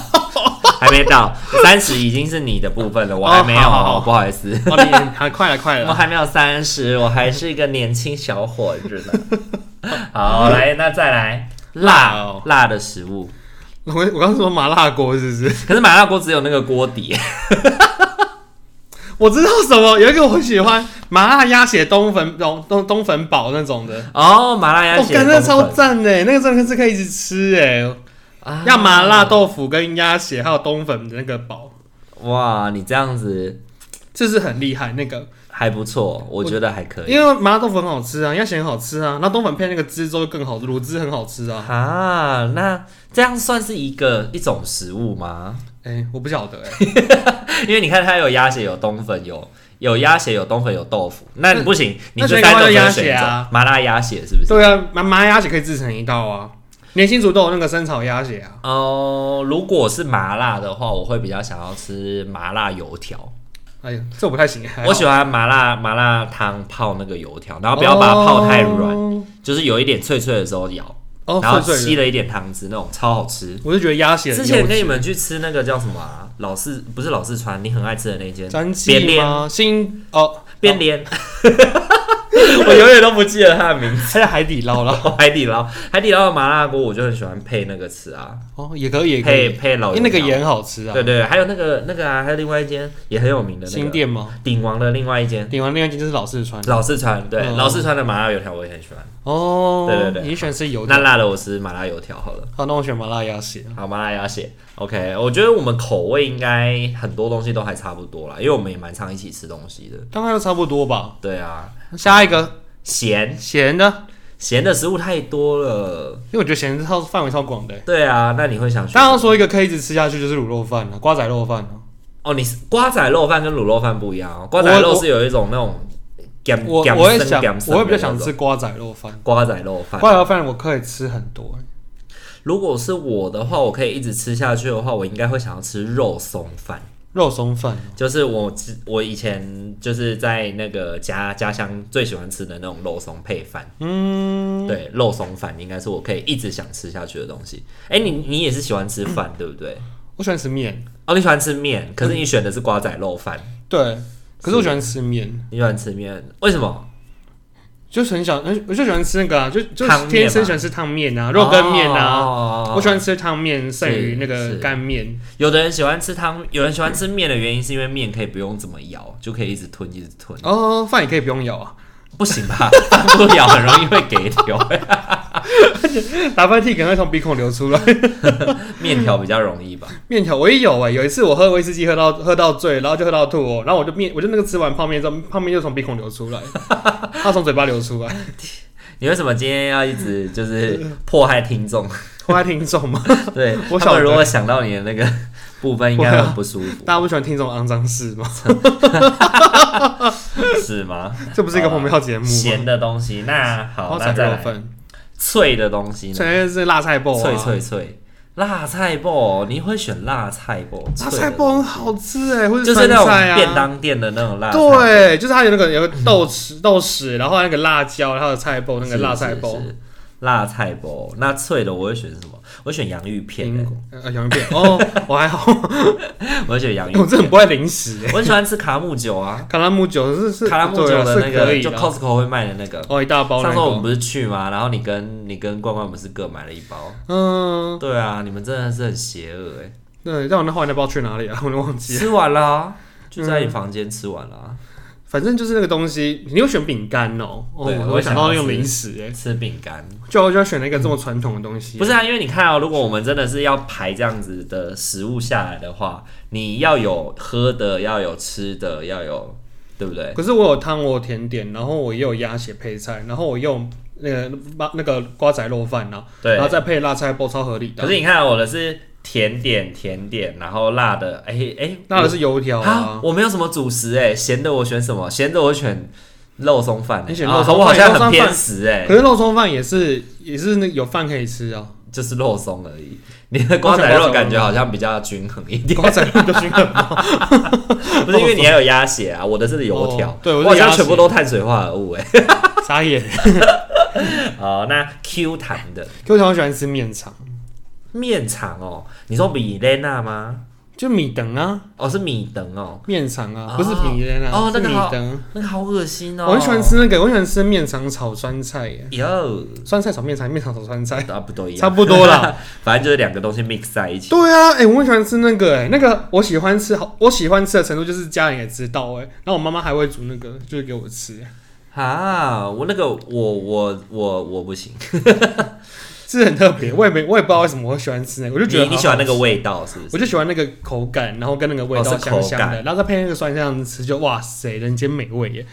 Speaker 1: 还没到，三十已经是你的部分了，我还没有，
Speaker 2: 哦好好好
Speaker 1: 不好意思。
Speaker 2: 哦，你还快了快
Speaker 1: 我
Speaker 2: 了，
Speaker 1: 还没有三十，我还是一个年轻小伙子呢。 好，来，那再来
Speaker 2: 辣
Speaker 1: 辣
Speaker 2: 哦
Speaker 1: 辣的食物，
Speaker 2: 我我刚说麻辣锅是不是？
Speaker 1: 可是麻辣锅只有那个锅底，
Speaker 2: 我知道什么，有一个我喜欢麻辣鸭血冬粉东东东粉堡那种的。
Speaker 1: 哦，麻辣鸭
Speaker 2: 我
Speaker 1: 血
Speaker 2: 感
Speaker 1: 冬
Speaker 2: 觉
Speaker 1: 粉，
Speaker 2: 超赞的，欸那个真的是可以一直吃哎，
Speaker 1: 啊
Speaker 2: 要麻辣豆腐跟鸭血还有冬粉的那个煲，
Speaker 1: 哇，你这样子
Speaker 2: 就是很厉害那个，
Speaker 1: 还不错，我觉得还可以
Speaker 2: 因为麻辣豆腐很好吃啊，鸭血很好吃啊，那冬粉配那个汁之后就更好，卤汁很好吃啊。
Speaker 1: 啊。那这样算是一个一种食物吗？
Speaker 2: 哎、我不晓得哎，
Speaker 1: 因为你看它有鸭血，有冬粉，有。有鸭血，有冬粉，有豆腐，那你不行，你
Speaker 2: 那
Speaker 1: 这
Speaker 2: 选一个
Speaker 1: 三种
Speaker 2: 就
Speaker 1: 只能
Speaker 2: 鸭血
Speaker 1: 选一种
Speaker 2: 啊
Speaker 1: 麻辣鸭血是不是？
Speaker 2: 对啊，麻麻辣鸭血可以制成一道啊，连新竹都有那个生炒鸭血啊，
Speaker 1: 哦，如果是麻辣的话，我会比较想要吃麻辣油条。
Speaker 2: 哎呀，这我不太行，还好
Speaker 1: 我喜欢麻辣麻辣汤泡那个油条，然后不要把它泡太软，
Speaker 2: 哦
Speaker 1: 就是有一点脆脆的时候咬，
Speaker 2: 哦，
Speaker 1: 然后
Speaker 2: 脆
Speaker 1: 吸
Speaker 2: 脆的，
Speaker 1: 了一点汤汁，那种超好吃。
Speaker 2: 我就觉得鸭血很
Speaker 1: 之前
Speaker 2: 优质
Speaker 1: 跟你们去吃那个叫什么啊？老四不是老四川，你很爱吃的那间
Speaker 2: 詹
Speaker 1: 边
Speaker 2: 记
Speaker 1: 边
Speaker 2: 吗？新哦，
Speaker 1: 边边， 我永远都不记得它的名字。
Speaker 2: 还在海底捞了
Speaker 1: 海底捞海底捞的麻辣锅，我就很喜欢配那个吃啊，
Speaker 2: 哦，也可以，也可
Speaker 1: 配
Speaker 2: 以，
Speaker 1: 配老
Speaker 2: 因为那个
Speaker 1: 油条
Speaker 2: 也很好吃啊，
Speaker 1: 对对，还有那个那个啊，还有另外一间也很有名的那
Speaker 2: 新
Speaker 1: 个
Speaker 2: 店吗？
Speaker 1: 鼎王的另外一间
Speaker 2: 顶完另外一间就是老四川
Speaker 1: 老四川，对、
Speaker 2: 嗯
Speaker 1: 老四川的麻辣油条我也很喜欢。
Speaker 2: 哦，
Speaker 1: 对对对
Speaker 2: 你喜欢吃油
Speaker 1: 那
Speaker 2: 的？
Speaker 1: 辣的我吃麻辣油条好了，
Speaker 2: 好，那我选麻辣鸭血。
Speaker 1: 好麻辣鸭血。OK，我觉得我们口味应该很多东西都还差不多啦，因为我们也蛮常一起吃东西的。
Speaker 2: 大概都差不多吧。
Speaker 1: 对啊，
Speaker 2: 下一个
Speaker 1: 咸
Speaker 2: 咸的，
Speaker 1: 咸的食物太多了。
Speaker 2: 因为我觉得咸的超范围超广的、欸。
Speaker 1: 对啊，那你会想选
Speaker 2: 当然要说一个可以一直吃下去就是卤肉饭啊了、瓜仔肉饭了、
Speaker 1: 哦？你是瓜仔肉饭跟卤肉饭不一样哦，瓜仔
Speaker 2: 我
Speaker 1: 肉
Speaker 2: 我
Speaker 1: 是有一种那种咸
Speaker 2: 我
Speaker 1: 咸
Speaker 2: 我会
Speaker 1: 生
Speaker 2: 想
Speaker 1: 咸，生
Speaker 2: 我会
Speaker 1: 的
Speaker 2: 比
Speaker 1: 那
Speaker 2: 较想
Speaker 1: 种哎
Speaker 2: 吃瓜仔肉饭。
Speaker 1: 瓜仔肉饭。
Speaker 2: 瓜仔肉饭我可以吃很多、欸
Speaker 1: 如果是我的话，我可以一直吃下去的话，我应该会想要吃肉松饭。
Speaker 2: 肉松饭，
Speaker 1: 就是我之我以前就是在那个家家乡最喜欢吃的那种肉松配饭，
Speaker 2: 嗯，
Speaker 1: 对，肉松饭应该是我可以一直想吃下去的东西。哎、你你也是喜欢吃饭对不对？
Speaker 2: 我喜欢吃面，
Speaker 1: 哦，你喜欢吃面，可是你选的是瓜仔肉饭，
Speaker 2: 对，可是我喜欢吃面，
Speaker 1: 你喜欢吃面，为什么？
Speaker 2: 就是很想，我就喜欢吃那个、啊，就就
Speaker 1: 汤面嘛
Speaker 2: 天天生喜欢吃汤面啊，肉羹面啊，
Speaker 1: 哦
Speaker 2: 我喜欢吃汤面胜于那
Speaker 1: 是
Speaker 2: 个干面，
Speaker 1: 有的人喜欢吃汤，有人喜欢吃面的原因是因为面可以不用怎么咬，就可以一直吞一直吞。
Speaker 2: 哦，饭也可以不用咬啊，
Speaker 1: 不行吧？不咬很容易会给流，
Speaker 2: 打喷嚏可能会从鼻孔流出来。
Speaker 1: 面条比较容易吧？
Speaker 2: 面条我也有哎、有一次我喝威士忌喝到喝到醉，然后就喝到吐哦、然后我就面我就那个吃完泡面之后，泡面就从鼻孔流出来，它从嘴巴流出来，
Speaker 1: 你为什么今天要一直就是迫害听 众？
Speaker 2: 我还听众嘛，
Speaker 1: 对
Speaker 2: 我
Speaker 1: 他
Speaker 2: 晓
Speaker 1: 们
Speaker 2: 得
Speaker 1: 如果想到你的那个部分，应该很不舒服，
Speaker 2: 大家不喜欢听这种肮脏事吗？
Speaker 1: 是吗？
Speaker 2: 这不是一个红标节目
Speaker 1: 咸
Speaker 2: 吗？
Speaker 1: 的东西，那好，
Speaker 2: 好
Speaker 1: 那
Speaker 2: 彩
Speaker 1: 再
Speaker 2: 肉
Speaker 1: 来
Speaker 2: 饭，
Speaker 1: 脆的东西呢？
Speaker 2: 全是辣菜包、啊，
Speaker 1: 脆脆脆，辣菜包，你会选辣菜包？
Speaker 2: 辣
Speaker 1: 脆的
Speaker 2: 菜包很好吃哎、或者
Speaker 1: 就是那
Speaker 2: 酸菜
Speaker 1: 种
Speaker 2: 啊
Speaker 1: 便。当店的那种辣菜包，
Speaker 2: 对，就是它有那个有个豆豉、豆豉，然后那个辣椒，然后有菜包，那个
Speaker 1: 是
Speaker 2: 辣菜包，
Speaker 1: 是是辣菜包。那脆的我会选什么？我会选洋芋片、欸
Speaker 2: 苹果呃洋芋片哦，我还好，
Speaker 1: 我会选洋芋
Speaker 2: 我真的
Speaker 1: 片。
Speaker 2: 很不爱零食哎、
Speaker 1: 我很喜欢吃卡姆酒啊，
Speaker 2: 卡拉木酒是 是
Speaker 1: 卡拉姆酒
Speaker 2: 对啊
Speaker 1: 的那
Speaker 2: 是可
Speaker 1: 个
Speaker 2: 以
Speaker 1: 就
Speaker 2: 啦
Speaker 1: Costco 会卖的那个。
Speaker 2: 哦，一大包那
Speaker 1: 上
Speaker 2: 个。
Speaker 1: 次我们不是去吗？然后你跟你跟冠冠不是各买了一包？
Speaker 2: 嗯，
Speaker 1: 对啊，你们真的是很邪恶 哎、
Speaker 2: 对，但我那后来那包去哪里啊？我 嗯都忘记了。
Speaker 1: 吃完啦、就在你房间吃完啦、啊
Speaker 2: 反正就是那个东西，你又选饼干哦。哦，
Speaker 1: 对
Speaker 2: 我
Speaker 1: 我
Speaker 2: 我
Speaker 1: 想
Speaker 2: 想
Speaker 1: 要
Speaker 2: 到用
Speaker 1: 吃
Speaker 2: 零食哎，
Speaker 1: 吃饼干。
Speaker 2: 就我就要选了一个这么传统的东西。
Speaker 1: 不是啊，因为你看哦，如果我们真的是要排这样子的食物下来的话，你要有喝的，要有吃的，要有，对不对？
Speaker 2: 可是我有汤，我有甜点，然后我也有鸭血配菜，然后我又有那个八那个瓜仔肉饭呐、啊，
Speaker 1: 对
Speaker 2: 然后再配辣菜包，超合理的。
Speaker 1: 可是你看哦我的是甜点，甜点，然后辣的，哎、哎、
Speaker 2: 那的是油条
Speaker 1: 啊
Speaker 2: 啊，，
Speaker 1: 我没有什么主食哎、咸的我选什么？咸的我选肉松饭、哎
Speaker 2: 你选
Speaker 1: 啊
Speaker 2: 肉松饭
Speaker 1: 我好像
Speaker 2: 肉
Speaker 1: 很
Speaker 2: 松饭
Speaker 1: 偏食哎、
Speaker 2: 可是肉松饭也是也是那有饭可以吃啊。
Speaker 1: 就是肉松而已。你的瓜仔肉感觉好像比较均衡一点，
Speaker 2: 瓜仔肉就是很
Speaker 1: 不是因为你还有鸭血啊，我的是油条、
Speaker 2: 哦对我
Speaker 1: 我
Speaker 2: 是
Speaker 1: 好像
Speaker 2: 鸭血
Speaker 1: 全部都碳水化合物哎、
Speaker 2: 傻眼。
Speaker 1: 哦，那 Q 弹的。
Speaker 2: Q 条喜欢吃面肠，
Speaker 1: 面肠哦，你说米莲娜吗？
Speaker 2: 就米灯啊，
Speaker 1: 哦，是米等哦，
Speaker 2: 面肠啊，
Speaker 1: 哦
Speaker 2: 不是米灯啊，
Speaker 1: 哦那
Speaker 2: 是
Speaker 1: 个
Speaker 2: 米
Speaker 1: 好
Speaker 2: 灯。
Speaker 1: 那个好恶心哦。
Speaker 2: 我很喜欢。吃那个，我很喜欢吃面肠炒酸菜耶，
Speaker 1: 哟，
Speaker 2: 酸菜炒面肠，面肠炒酸菜，
Speaker 1: 差不多一
Speaker 2: 差
Speaker 1: 样，
Speaker 2: 不多啦。
Speaker 1: 反正就是两个东西 mix 在一起。
Speaker 2: 对啊，哎、我很喜欢吃那个、哎，那个我喜欢吃，好，我喜欢吃的程度就是家人也知道、哎，然后我妈妈还会煮那个，就是给我吃，哎
Speaker 1: 啊，我那个我我我我不行，
Speaker 2: 是很特别，我也没，我也不知道为什么我喜欢吃那个，我就觉得
Speaker 1: 嗯你你
Speaker 2: 好
Speaker 1: 喜欢那个，味道是不是？
Speaker 2: 我就喜欢那个口感，然后跟那个味
Speaker 1: 哦
Speaker 2: 道
Speaker 1: 是
Speaker 2: 香香
Speaker 1: 口
Speaker 2: 的，然后再配那个酸酱吃，就哇塞，人间美味耶！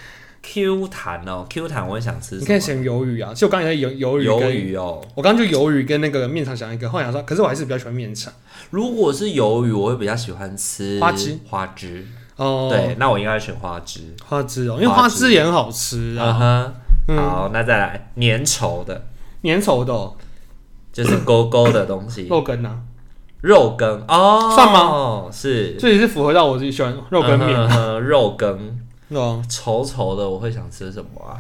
Speaker 1: Q 弹哦，Q 弹我很想吃
Speaker 2: 你
Speaker 1: 什
Speaker 2: 看
Speaker 1: 么？
Speaker 2: 咸鱿鱼啊，其实我刚才在鱿鱿鱼
Speaker 1: 鱿
Speaker 2: 跟，
Speaker 1: 鱼哦，
Speaker 2: 我刚刚就鱿鱼跟那个面肠想一个，后来想说，可是我还是比较喜欢面肠
Speaker 1: 如果是鱿鱼，我会比较喜欢吃
Speaker 2: 花枝，
Speaker 1: 花枝。
Speaker 2: 哦，
Speaker 1: 对，，那我应该选花枝。
Speaker 2: 花枝哦，因为
Speaker 1: 花
Speaker 2: 花
Speaker 1: 枝
Speaker 2: 枝也很好吃
Speaker 1: 嗯
Speaker 2: 啊，
Speaker 1: 哼，
Speaker 2: 嗯
Speaker 1: 好，那再来粘稠的，
Speaker 2: 粘稠的哦
Speaker 1: 就是勾勾的东西。
Speaker 2: 肉羹啊，
Speaker 1: 肉羹哦，
Speaker 2: 算
Speaker 1: 吗？是
Speaker 2: 这也是符合到我自己喜欢肉羹面
Speaker 1: 嗯哼哼 肉羹
Speaker 2: 哦。
Speaker 1: 啊稠稠的，我会想吃什么啊？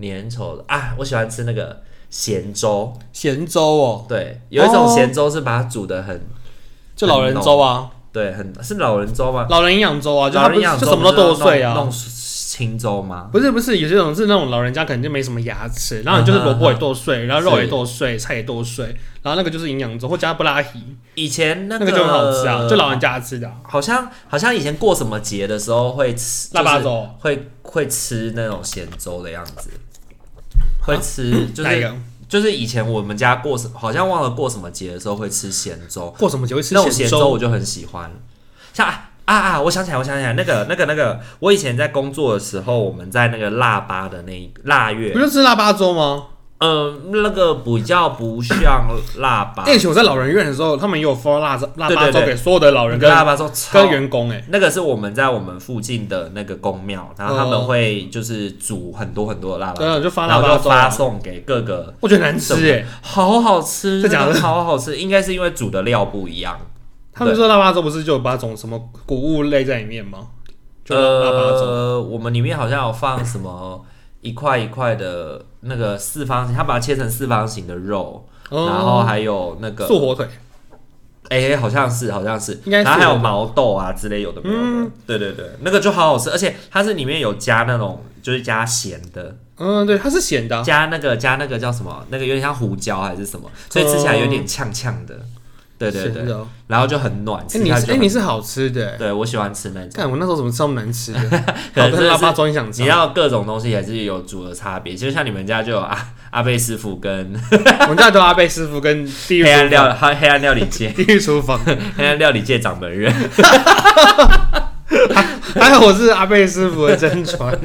Speaker 1: 粘稠的啊，我喜欢吃那个咸粥。
Speaker 2: 咸粥哦，
Speaker 1: 对，有一种
Speaker 2: 哦
Speaker 1: 咸粥是把它煮的很，
Speaker 2: 就老人粥啊，
Speaker 1: 对，很是老人粥吗？
Speaker 2: 老人营养粥啊，就
Speaker 1: 嗯老
Speaker 2: 它
Speaker 1: 人
Speaker 2: 不是
Speaker 1: 养
Speaker 2: 就
Speaker 1: 粥
Speaker 2: 什么都剁碎
Speaker 1: 不是要弄
Speaker 2: 啊
Speaker 1: 弄。清粥吗？
Speaker 2: 不是不是，有些种是那种老人家可能就没什么牙齿，然后
Speaker 1: 嗯
Speaker 2: 你就是萝卜也剁碎，然后肉也剁碎，菜也剁碎，然后那个就是营养粥，或加布拉提，
Speaker 1: 以前那
Speaker 2: 那
Speaker 1: 个
Speaker 2: 个就很好吃啊，就老人家吃的啊
Speaker 1: 好像好像以前过什么节的时候会吃
Speaker 2: 腊八，
Speaker 1: 就是
Speaker 2: 粥，
Speaker 1: 会会吃那种咸粥的样子，会吃就
Speaker 2: 啊哪一
Speaker 1: 是
Speaker 2: 个
Speaker 1: 就是以前我们家过什，好像忘了过什么节的时候会吃咸粥，
Speaker 2: 过什么节会吃
Speaker 1: 那种咸
Speaker 2: 咸
Speaker 1: 粥
Speaker 2: 粥？
Speaker 1: 我就很喜欢。像啊啊啊！我想起来，我想起来，那个那个那个，我以前在工作的时候，我们在那个腊八的那一腊月
Speaker 2: 不，就吃腊八粥吗？
Speaker 1: 嗯，那个比较不像腊八，
Speaker 2: 那以前哎我在老人院的时候，他们也有发腊腊
Speaker 1: 对
Speaker 2: 八
Speaker 1: 啊对
Speaker 2: 粥
Speaker 1: 对
Speaker 2: 给所有的老人跟
Speaker 1: 腊八粥超
Speaker 2: 跟员工，哎，
Speaker 1: 那个是我们在我们附近的那个公庙，然后他们
Speaker 2: 哦
Speaker 1: 会就是煮很多很多的腊
Speaker 2: 对
Speaker 1: 八，
Speaker 2: 啊，就发
Speaker 1: 然
Speaker 2: 腊
Speaker 1: 后
Speaker 2: 八
Speaker 1: 就
Speaker 2: 粥
Speaker 1: 发
Speaker 2: 啊，
Speaker 1: 送给各个，欸
Speaker 2: 我觉得难吃哎，
Speaker 1: 好好吃，
Speaker 2: 真假的
Speaker 1: 那个好好吃，应该是因为煮的料不一样。
Speaker 2: 他们说腊八粥不是就有八种什么谷物类在里面吗？就腊八粥，
Speaker 1: 呃，我们里面好像有放什么一块一块的那个四方形，它把它切成四方形的肉，
Speaker 2: 哦
Speaker 1: 呃然后还有那个
Speaker 2: 素火腿，
Speaker 1: 哎、好像是，好像是，
Speaker 2: 应该是嗯
Speaker 1: 然后还有毛豆啊之类，有的没有的，对对对，那个就好好吃，而且它是里面有加那种，就是加咸的，
Speaker 2: 嗯，对，它是咸的啊、哦
Speaker 1: 加那个加那个叫什么，那个有点像胡椒还是什么，所以吃起来有点呛呛的，对对
Speaker 2: 咸
Speaker 1: 对，
Speaker 2: 的哦。
Speaker 1: 然后就很暖，
Speaker 2: 哎，
Speaker 1: 吃
Speaker 2: 你
Speaker 1: 下
Speaker 2: 是
Speaker 1: 去
Speaker 2: 哎
Speaker 1: 就很
Speaker 2: 你是好吃的欸，
Speaker 1: 对我喜欢吃那种，
Speaker 2: 看我那时候怎么吃那么难 吃的，
Speaker 1: 可
Speaker 2: 好
Speaker 1: 能真
Speaker 2: 跟
Speaker 1: 的
Speaker 2: 腊
Speaker 1: 是
Speaker 2: 八粥你想吃
Speaker 1: 你，要各种东西还是有煮的差别，其实像你们家就有阿阿贝师傅跟
Speaker 2: 我们家都阿贝师傅跟地狱
Speaker 1: 黑暗
Speaker 2: 厨
Speaker 1: 料
Speaker 2: 房，
Speaker 1: 黑黑暗料理界
Speaker 2: 地狱厨房，
Speaker 1: 黑暗料理界掌门 人，
Speaker 2: 还好我是阿贝师傅的 真传。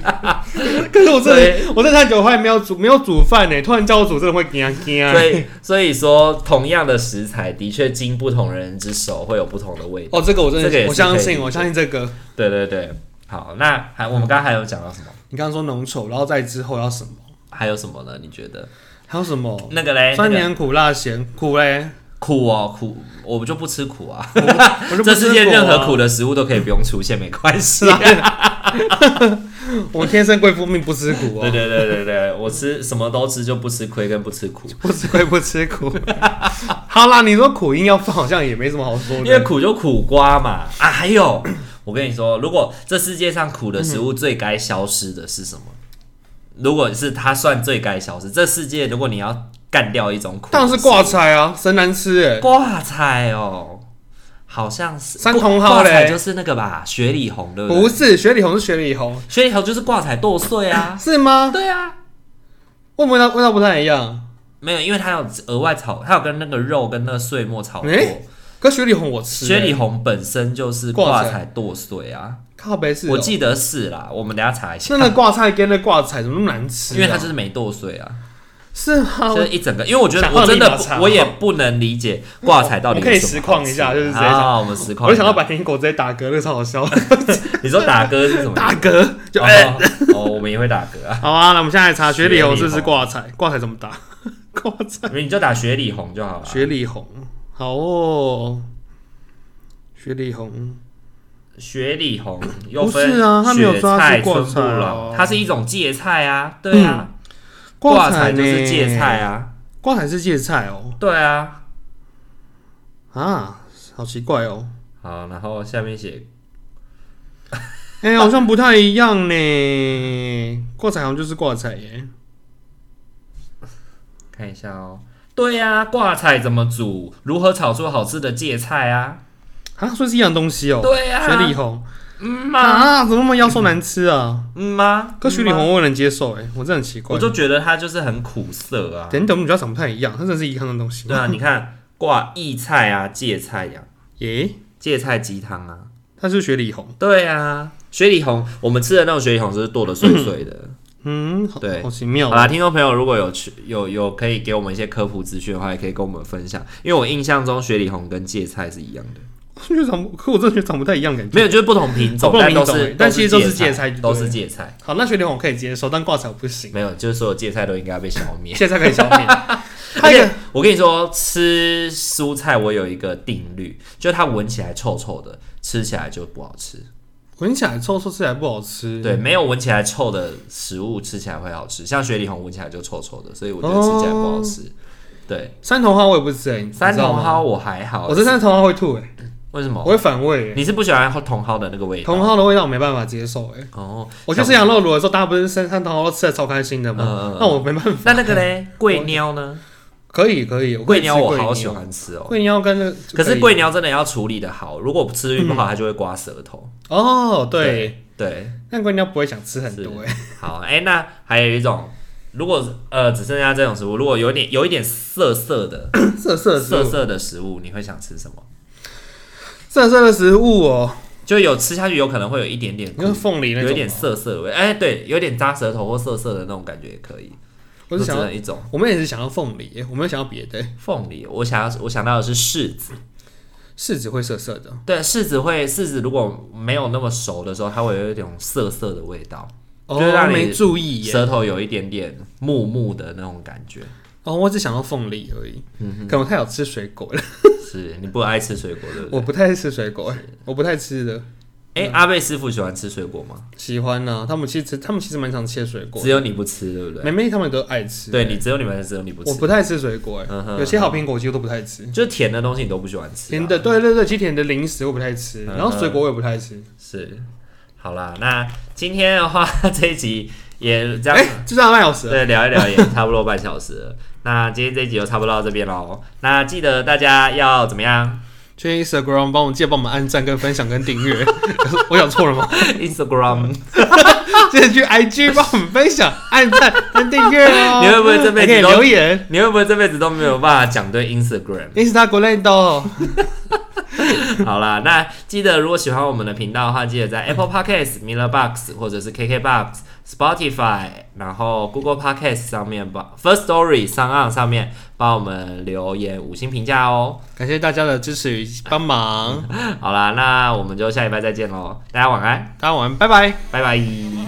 Speaker 2: 可是我真的我在太久后没有煮没有煮饭欸呢，突然叫我煮真的会惊啊惊。
Speaker 1: 所以所以说同样的食材的确经不同人之手会有不同的味道，
Speaker 2: 哦，这个我真
Speaker 1: 这个也
Speaker 2: 的
Speaker 1: 是
Speaker 2: 我相
Speaker 1: 可以理
Speaker 2: 信
Speaker 1: 解
Speaker 2: 我相信这个。
Speaker 1: 对对对，好，那还我们刚刚还有讲到什么？
Speaker 2: 你刚刚说浓稠，然后再之后要什么？
Speaker 1: 还有什么呢？你觉得
Speaker 2: 还有什么？
Speaker 1: 那个嘞？
Speaker 2: 酸
Speaker 1: 那个
Speaker 2: 甜苦辣咸苦嘞，
Speaker 1: 苦哦苦，我们就不吃苦啊。
Speaker 2: 我就不
Speaker 1: 这
Speaker 2: 吃
Speaker 1: 世界
Speaker 2: 过
Speaker 1: 任
Speaker 2: 啊
Speaker 1: 何苦的食物都可以不用出现，没关系
Speaker 2: 是。啊，我天生贵妇命不吃苦
Speaker 1: 对
Speaker 2: 啊，
Speaker 1: 对对对对，我吃什么都吃，就不吃亏跟不吃苦。
Speaker 2: 不吃亏不吃苦。好啦，你说苦硬要放，好像也没什么好说
Speaker 1: 因为
Speaker 2: 的。
Speaker 1: 苦就苦瓜嘛啊！还有， 我跟你说，如果这世界上苦的食物最该消失的是什么？如果是它算最该消失，这世界如果你要干掉一种苦，
Speaker 2: 当然是挂菜啊，神难吃哎、
Speaker 1: 挂彩哦，好像是
Speaker 2: 三重号
Speaker 1: 挂彩
Speaker 2: 嘞
Speaker 1: 就是那个吧，雪里红对不对？
Speaker 2: 不是雪里红是雪里红，，
Speaker 1: 雪里红就是挂彩剁碎啊
Speaker 2: 是吗？
Speaker 1: 对啊，
Speaker 2: 为什么味道味道不太一样？
Speaker 1: 没有，因为它有额外炒，它有跟那个肉跟那个碎末炒过。
Speaker 2: 诶可雪里红我吃、欸，
Speaker 1: 雪里红本身就是挂
Speaker 2: 挂彩
Speaker 1: 彩剁碎啊，
Speaker 2: 靠北是、哦
Speaker 1: 我记得是啦，我们等一下查一下。
Speaker 2: 那那挂菜跟那挂菜怎么那么难吃、啊？
Speaker 1: 因为它就是没剁碎啊，
Speaker 2: 是吗？
Speaker 1: 就是一整个。因为我觉得
Speaker 2: 想
Speaker 1: 我真的
Speaker 2: 到立马查
Speaker 1: 不我也不能理解挂彩到底
Speaker 2: 我可以
Speaker 1: 有什么
Speaker 2: 实况一下
Speaker 1: 好吃
Speaker 2: 就是直接讲
Speaker 1: 啊，我们实况。
Speaker 2: 我就想到，百天狗直接打嗝，那个超好笑，
Speaker 1: 你说 打嗝是什么？
Speaker 2: 打嗝就哎、
Speaker 1: 哦哦，我们也会打嗝啊，
Speaker 2: 好啊，那我们现在来查雪里红是
Speaker 1: 雪
Speaker 2: 不是
Speaker 1: 里红
Speaker 2: 挂菜？挂菜怎么打？ 挂菜。
Speaker 1: 因为你就打雪里红就好了。
Speaker 2: 雪里红，好哦，雪里红，
Speaker 1: 雪里红又
Speaker 2: 不是啊
Speaker 1: 分
Speaker 2: 它没有
Speaker 1: 雪
Speaker 2: 说它
Speaker 1: 菜、
Speaker 2: 是挂
Speaker 1: 春
Speaker 2: 菜
Speaker 1: 不老
Speaker 2: 哦，嗯
Speaker 1: 它是一种芥菜啊，对啊，
Speaker 2: 挂
Speaker 1: 彩就是芥菜
Speaker 2: 啊，
Speaker 1: 啊，
Speaker 2: 挂彩是芥菜哦，
Speaker 1: 对啊。
Speaker 2: 啊，好奇怪哦，
Speaker 1: 好，然后下面写
Speaker 2: 哎、好像不太一样呢，挂彩好像就是挂彩耶，
Speaker 1: 看一下哦。对呀、啊，挂菜怎么煮？如何炒出好吃的芥菜啊？
Speaker 2: 啊，所以是一样东西哦，
Speaker 1: 对啊，
Speaker 2: 雪里红
Speaker 1: 嗯
Speaker 2: 啊
Speaker 1: 吗？
Speaker 2: 怎么那么妖兽难吃啊？
Speaker 1: 嗯吗？
Speaker 2: 可雪里
Speaker 1: 嗯吗
Speaker 2: 红我也能接受哎，我真的很奇怪
Speaker 1: 我，就觉得它就是很苦涩啊。
Speaker 2: 等等，我们觉得长不太一样，它真的是一样的东西
Speaker 1: 对
Speaker 2: 吗？
Speaker 1: 啊，你看挂荠菜啊、芥菜呀、
Speaker 2: 耶、
Speaker 1: 芥菜鸡汤啊。
Speaker 2: 它是雪里红，
Speaker 1: 对啊，雪里红，我们吃的那种雪里红就是剁的碎碎的。
Speaker 2: 嗯，好
Speaker 1: 对
Speaker 2: 好奇妙
Speaker 1: 好
Speaker 2: 哦，
Speaker 1: 啦，听众朋友，如果有去有有可以给我们一些科普资讯的话，也可以跟我们分享。因为我印象中雪里红跟芥菜是一样的，
Speaker 2: 我觉得长不，可我真的觉得长不太一样感觉。
Speaker 1: 没有就是不同品种，
Speaker 2: 不同
Speaker 1: 但
Speaker 2: 品
Speaker 1: 都
Speaker 2: 种
Speaker 1: 是
Speaker 2: 欸但其实都是芥菜
Speaker 1: 都是
Speaker 2: 对
Speaker 1: 芥菜，
Speaker 2: 好，那雪里红我可以接受，但挂彩我 不行。
Speaker 1: 没有就是所有芥菜都应该要被消灭。
Speaker 2: 现在可以消 灭。
Speaker 1: 而
Speaker 2: 还有一
Speaker 1: 且
Speaker 2: 个
Speaker 1: 我跟你说，吃蔬菜我有一个定律，就它闻起来臭臭的，吃起来就不好吃。
Speaker 2: 闻起来臭，说起来不好吃。
Speaker 1: 对，没有闻起来臭的食物吃起来会好吃，像雪里红闻起来就臭臭的，所以我觉得吃起来不好吃。
Speaker 2: 哦
Speaker 1: 对，
Speaker 2: 三茼蒿我也不吃哎、你
Speaker 1: 三
Speaker 2: 知道
Speaker 1: 茼
Speaker 2: 吗，
Speaker 1: 蒿我还好，
Speaker 2: 我吃三茼蒿会吐哎、
Speaker 1: 为什
Speaker 2: 我
Speaker 1: 么？
Speaker 2: 会反胃哎、
Speaker 1: 你是不喜欢茼蒿的那个味道？
Speaker 2: 茼蒿的味道我没办法接受哎、
Speaker 1: 哦，
Speaker 2: 我去吃羊肉炉的时候，大家不是三三茼蒿都吃的超开心的吗？
Speaker 1: 嗯嗯嗯
Speaker 2: 那我没办法。
Speaker 1: 那那个嘞，桂鸟呢？
Speaker 2: 可以可以，我可
Speaker 1: 桂
Speaker 2: 以吃
Speaker 1: 鸟
Speaker 2: 鸟
Speaker 1: 我好喜。欢吃哦。
Speaker 2: 桂鸟跟那个
Speaker 1: 可是
Speaker 2: 以
Speaker 1: 桂鸟真的要处理的好，如果吃运不好，它就会刮舌头。
Speaker 2: 哦，对，
Speaker 1: 对，
Speaker 2: 但桂鸟不会想吃很多哎、
Speaker 1: 好，哎、那还有一种，如果呃只剩下这种食物，如果有一点有一点涩涩 的
Speaker 2: 色
Speaker 1: 涩
Speaker 2: 色色色
Speaker 1: 涩的食物，你会想吃什么？
Speaker 2: 色色的食物哦，
Speaker 1: 就有吃下去有可能会有一点点苦
Speaker 2: 你说，凤梨那种吗，
Speaker 1: 有一点涩涩的味，哎、对，有点扎舌头或涩涩的那种感觉也可以。
Speaker 2: 我是
Speaker 1: 只
Speaker 2: 想要
Speaker 1: 能，一种
Speaker 2: 我们也是想要凤梨、欸，我没有想要别的、欸，
Speaker 1: 凤梨，我想要我想到的是柿子，
Speaker 2: 柿子会涩涩的。
Speaker 1: 对，柿子会柿子如果没有那么熟的时候，它会有一种涩涩的味道，
Speaker 2: 哦
Speaker 1: 就是让，你
Speaker 2: 没注意耶。
Speaker 1: 舌头有一点点木木的那种感觉。
Speaker 2: 哦，我只想到凤梨而已，
Speaker 1: 嗯
Speaker 2: 可能太少吃水果了。
Speaker 1: 哼，是你不爱吃水果对不对？
Speaker 2: 我不太爱吃水果、欸，我不太吃的。
Speaker 1: 哎、阿贝师傅喜欢吃水果吗？
Speaker 2: 喜欢呢、他们其实他们其实蛮常切水果
Speaker 1: 只，有你不吃对不
Speaker 2: 妹
Speaker 1: 对？
Speaker 2: 妹他们都爱吃。
Speaker 1: 对你只有你们只有你不吃，
Speaker 2: 我不太吃水果、欸，
Speaker 1: 嗯哼
Speaker 2: 有些好苹果我几乎都不太吃。
Speaker 1: 就是甜的东西你都不喜欢吃、啊，
Speaker 2: 甜的，对对对，其实甜的零食我不太吃，
Speaker 1: 嗯哼
Speaker 2: 然后水果我也不太吃。
Speaker 1: 是。好啦，那今天的话 这一集也这样。
Speaker 2: 哎、就这样半小时了，
Speaker 1: 对，聊一聊也差不多半小时了。那今天这一集就差不多到这边喽。那记得大家要怎么 样
Speaker 2: 去 Instagram 帮我们记得帮我们按赞、跟分享、跟订 阅。我讲错了吗？
Speaker 1: ？Instagram，
Speaker 2: 记得去 IG 帮我们分享、按赞跟订阅哦。
Speaker 1: 你会不会这辈子
Speaker 2: 还可以
Speaker 1: 都
Speaker 2: 留言
Speaker 1: 你会不会这辈子都没有办法讲对 Instagram？
Speaker 2: ？Instagram 都
Speaker 1: 好啦，那记得如果喜欢我们的频道的话，记得在 Apple Podcast、Miller Box 或者是 KK Box、Spotify，然后 Google Podcast 上面吧，First Story 上岸上面帮我们留言五星评价哦。
Speaker 2: 感谢大家的支持与帮忙，
Speaker 1: 好啦，那我们就下礼拜再见喽，大家晚安，
Speaker 2: 大家晚安，拜拜。
Speaker 1: 拜拜。